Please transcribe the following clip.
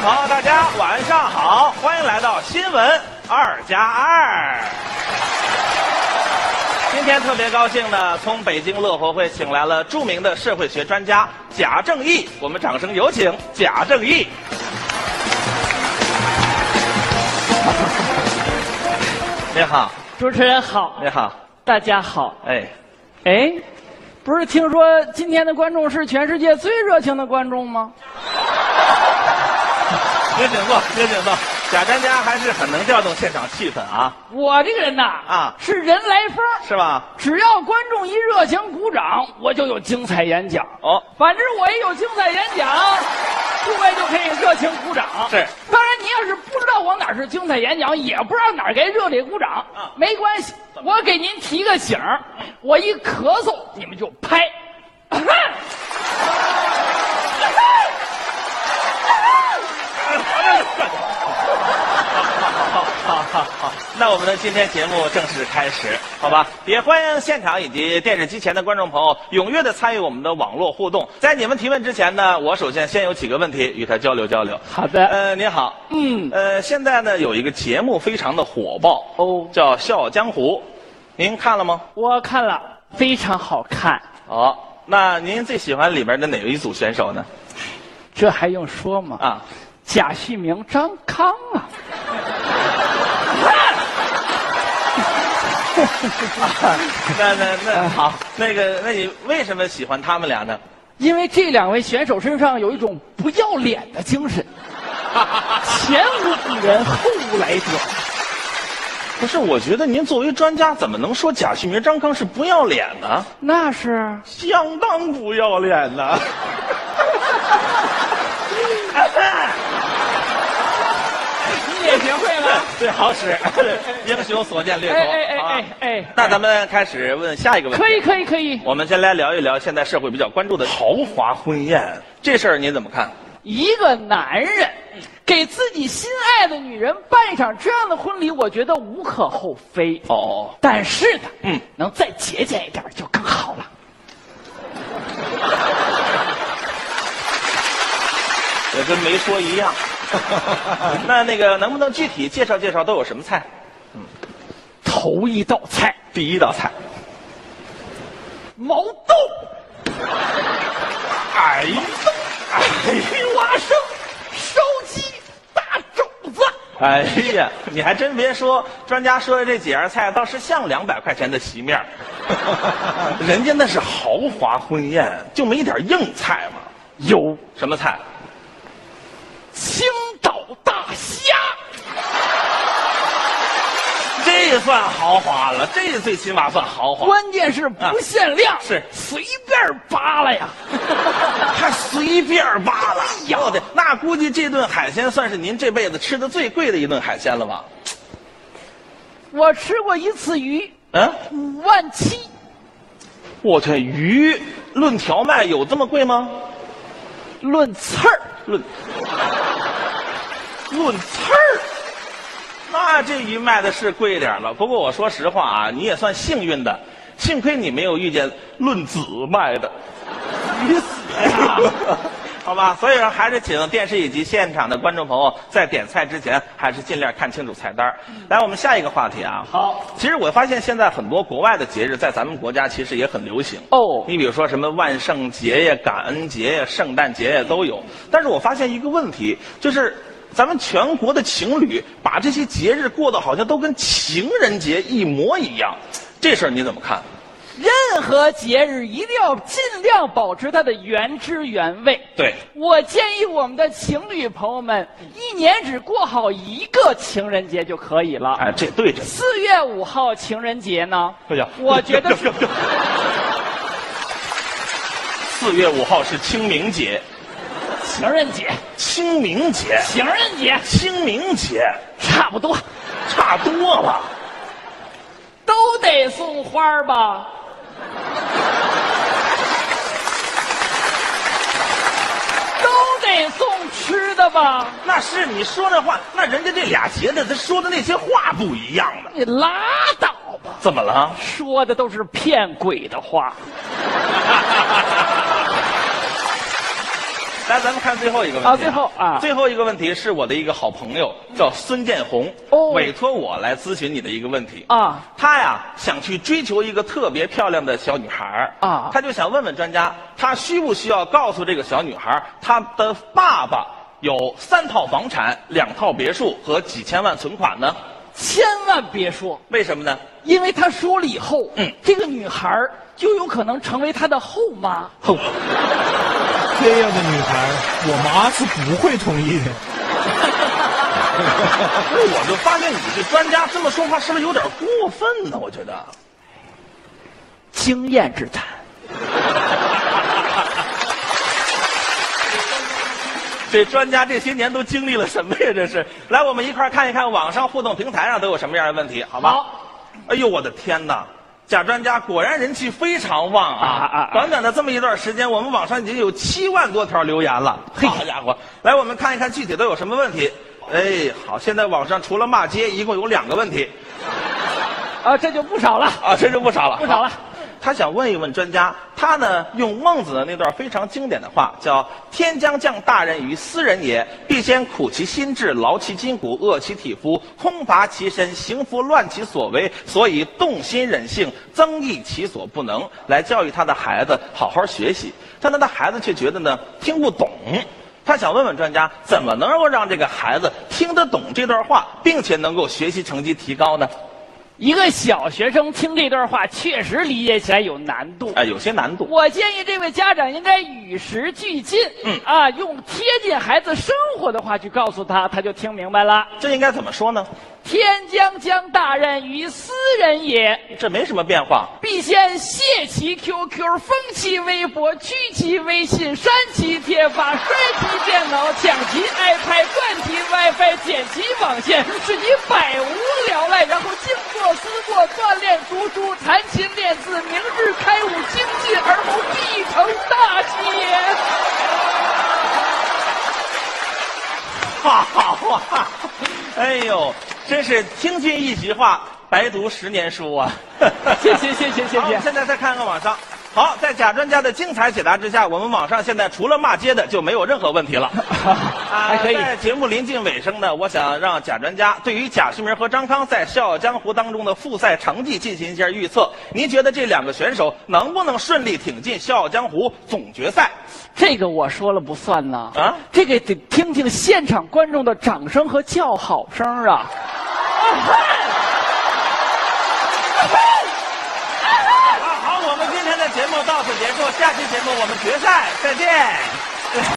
朋友，大家晚上好，欢迎来到新闻二加二。今天特别高兴呢，从北京乐活会请来了著名的社会学专家贾正义，我们掌声有请贾正义。你好，主持人好，你好，大家好。哎，哎，不是听说今天的观众是全世界最热情的观众吗？别紧坐，别紧坐，贾专家还是很能调动现场气氛啊，我这个人呐，啊是人来疯儿，是吧？只要观众一热情鼓掌，我就有精彩演讲。哦，反正我一有精彩演讲，诸位就可以热情鼓掌。是当然你要是不知道我哪儿是精彩演讲，也不知道哪儿该热烈鼓掌，啊没关系，我给您提个醒儿，我一咳嗽你们就拍。好好好，那我们的今天节目正式开始，好吧？也欢迎现场以及电视机前的观众朋友踊跃的参与我们的网络互动。在你们提问之前呢，我首先先有几个问题与他交流交流。好的，呃，您好，嗯，呃，现在呢有一个节目非常的火爆哦叫《笑傲江湖》，您看了吗？我看了，非常好看，哦，那您最喜欢里面的哪一组选手呢？这还用说吗？啊，贾旭明、张康啊，那那呃那好，那个，那你为什么喜欢他们俩呢？因为这两位选手身上有一种不要脸的精 神，前无古人后无来者。不是，我觉得您作为专家，怎么能说贾旭明、张康是不要脸呢？那是相当不要脸呢！你也学会了。 最好使， 英雄所见略哎同。哎哎好吧哎哎，那咱们开始问下一个问题。可以可以可以，我们先来聊一聊现在社会比较关注的豪华婚宴这事儿，你怎么看？一个男人给自己心爱的女人办一场这样的婚礼，我觉得无可厚非。哦，但是呢，嗯，能再节俭一点就更好了。我跟没说一 样。那那个能不能具体介绍介绍都有什么菜？头一道菜，第嗯一道菜，毛豆、哎呀，鱼蛙生、烧鸡、大肘子。哎呀，你还真别说，专家说的这几样菜倒是像两百块钱的席面儿，人家那是豪华婚宴，就没点硬菜吗？有什么菜？青岛大虾，这算豪华了，这最起码算豪华。关键哦啊是不限量，是随便扒拉呀。还随便扒拉，哎呀我的，那估计这顿海鲜算是您这辈子吃的最贵的一顿海鲜了吧？我吃过一次鱼，嗯，五万七，我天，鱼论条卖有这么贵吗？论刺儿。论论刺儿，那这鱼卖的是贵点儿了。不过我说实话啊，你也算幸运的，幸亏你没有遇见论子卖的，鱼死呀！ 好吧，所以说还是请电视以及现场的观众朋友在点菜之前，还是尽量看清楚菜单儿来，我们下一个话题啊。好，其实我发现现在很多国外的节日在咱们国家其实也很流行。哦你比如说什么万圣节呀、感恩节呀、圣诞节呀都有。但是我发现一个问题，就是咱们全国的情侣把这些节日过得好像都跟情人节一模一样，这事儿你怎么看？任何节日一定要尽量保持它的原汁原味。对，我建议我们的情侣朋友们，一年只过好一个情人节就可以了。哎，这对着。四月五号情人节呢？哎呀，我觉得是 四月五号是清明节，情人节，清明节，情人节清明节，差不多差多了。都得送花儿吧？都得送吃的吧？那是你说的话，那人家这俩节的他说的那些话不一样的。你拉倒吧，怎么了？说的都是骗鬼的话。来，咱们看最后一个问题啊最后啊最后一个问题是我的一个好朋友叫孙建红，哦委托我来咨询你的一个问题。啊，他呀想去追求一个特别漂亮的小女孩儿啊他就想问问专家，他需不需要告诉这个小女孩儿，她的爸爸有三套房产、两套别墅和几千万存款呢？千万别说，为什么呢？因为他说了以后，嗯这个女孩儿就有可能成为他的后妈。这样的女孩，我妈是不会同意的。所以 我就发现你这专家这么说话是不是有点过分呢？我觉得。经验之谈， 这专家这些年都经历了什么呀？这是，来，我们一块儿看一看网上互动平台上都有什么样的问题，好吧？好。哎呦，我的天哪！假专家果然人气非常旺啊！啊啊啊短短的这么一段时间，我们网上已经有七万多条留言了。嘿好家伙！来，我们看一看具体都有什么问题。哎，好，现在网上除了骂街，一共有两个问题啊，这就不少了， 啊，真是不少了，不少了。他想问一问专家，他呢用孟子的那段非常经典的话，叫“天将降大任于斯人也，必先苦其心志，劳其筋骨，饿其体肤，空乏其身，行拂乱其所为，所以动心忍性，增益其所不能”，来教育他的孩子好好学习。但他的孩子却觉得呢听不懂。他想问问专家，怎么能够让这个孩子听得懂这段话，并且能够学习成绩提高呢？一个小学生听这段话，确实理解起来有难度。哎，有些难度。我建议这位家长应该与时俱进，嗯啊，用贴近孩子生活的话去告诉他，他就听明白了。这应该怎么说呢？天将降大任于斯人也，这没什么变化。 必先卸其 QQ，封其微博，去其微信，删其贴吧，摔其电脑，抢其 iPad，断其 WiFi，剪其网线，使其百无聊赖，然后静坐思过，锻炼读书，弹琴练字，明日开悟，精进而后必成大器也。好啊！哎呦，真是听君一席话，白读十年书啊！ 谢谢谢谢谢好我谢们。现在再看看网上。好，在贾专家的精彩解答之下，我们网上现在除了骂街的就没有任何问题了。啊 还可以在节目临近尾声呢，我想让贾专家对于贾旭明和张康在《笑傲江湖》当中的复赛成绩进行一下预测。您觉得这两个选手能不能顺利挺进《笑傲江湖》总决赛？这个我说了不算呐，啊啊，这个得听听现场观众的掌声和叫好声啊！啊，好，我们今天的节目到此结束，下期节目我们决赛再见。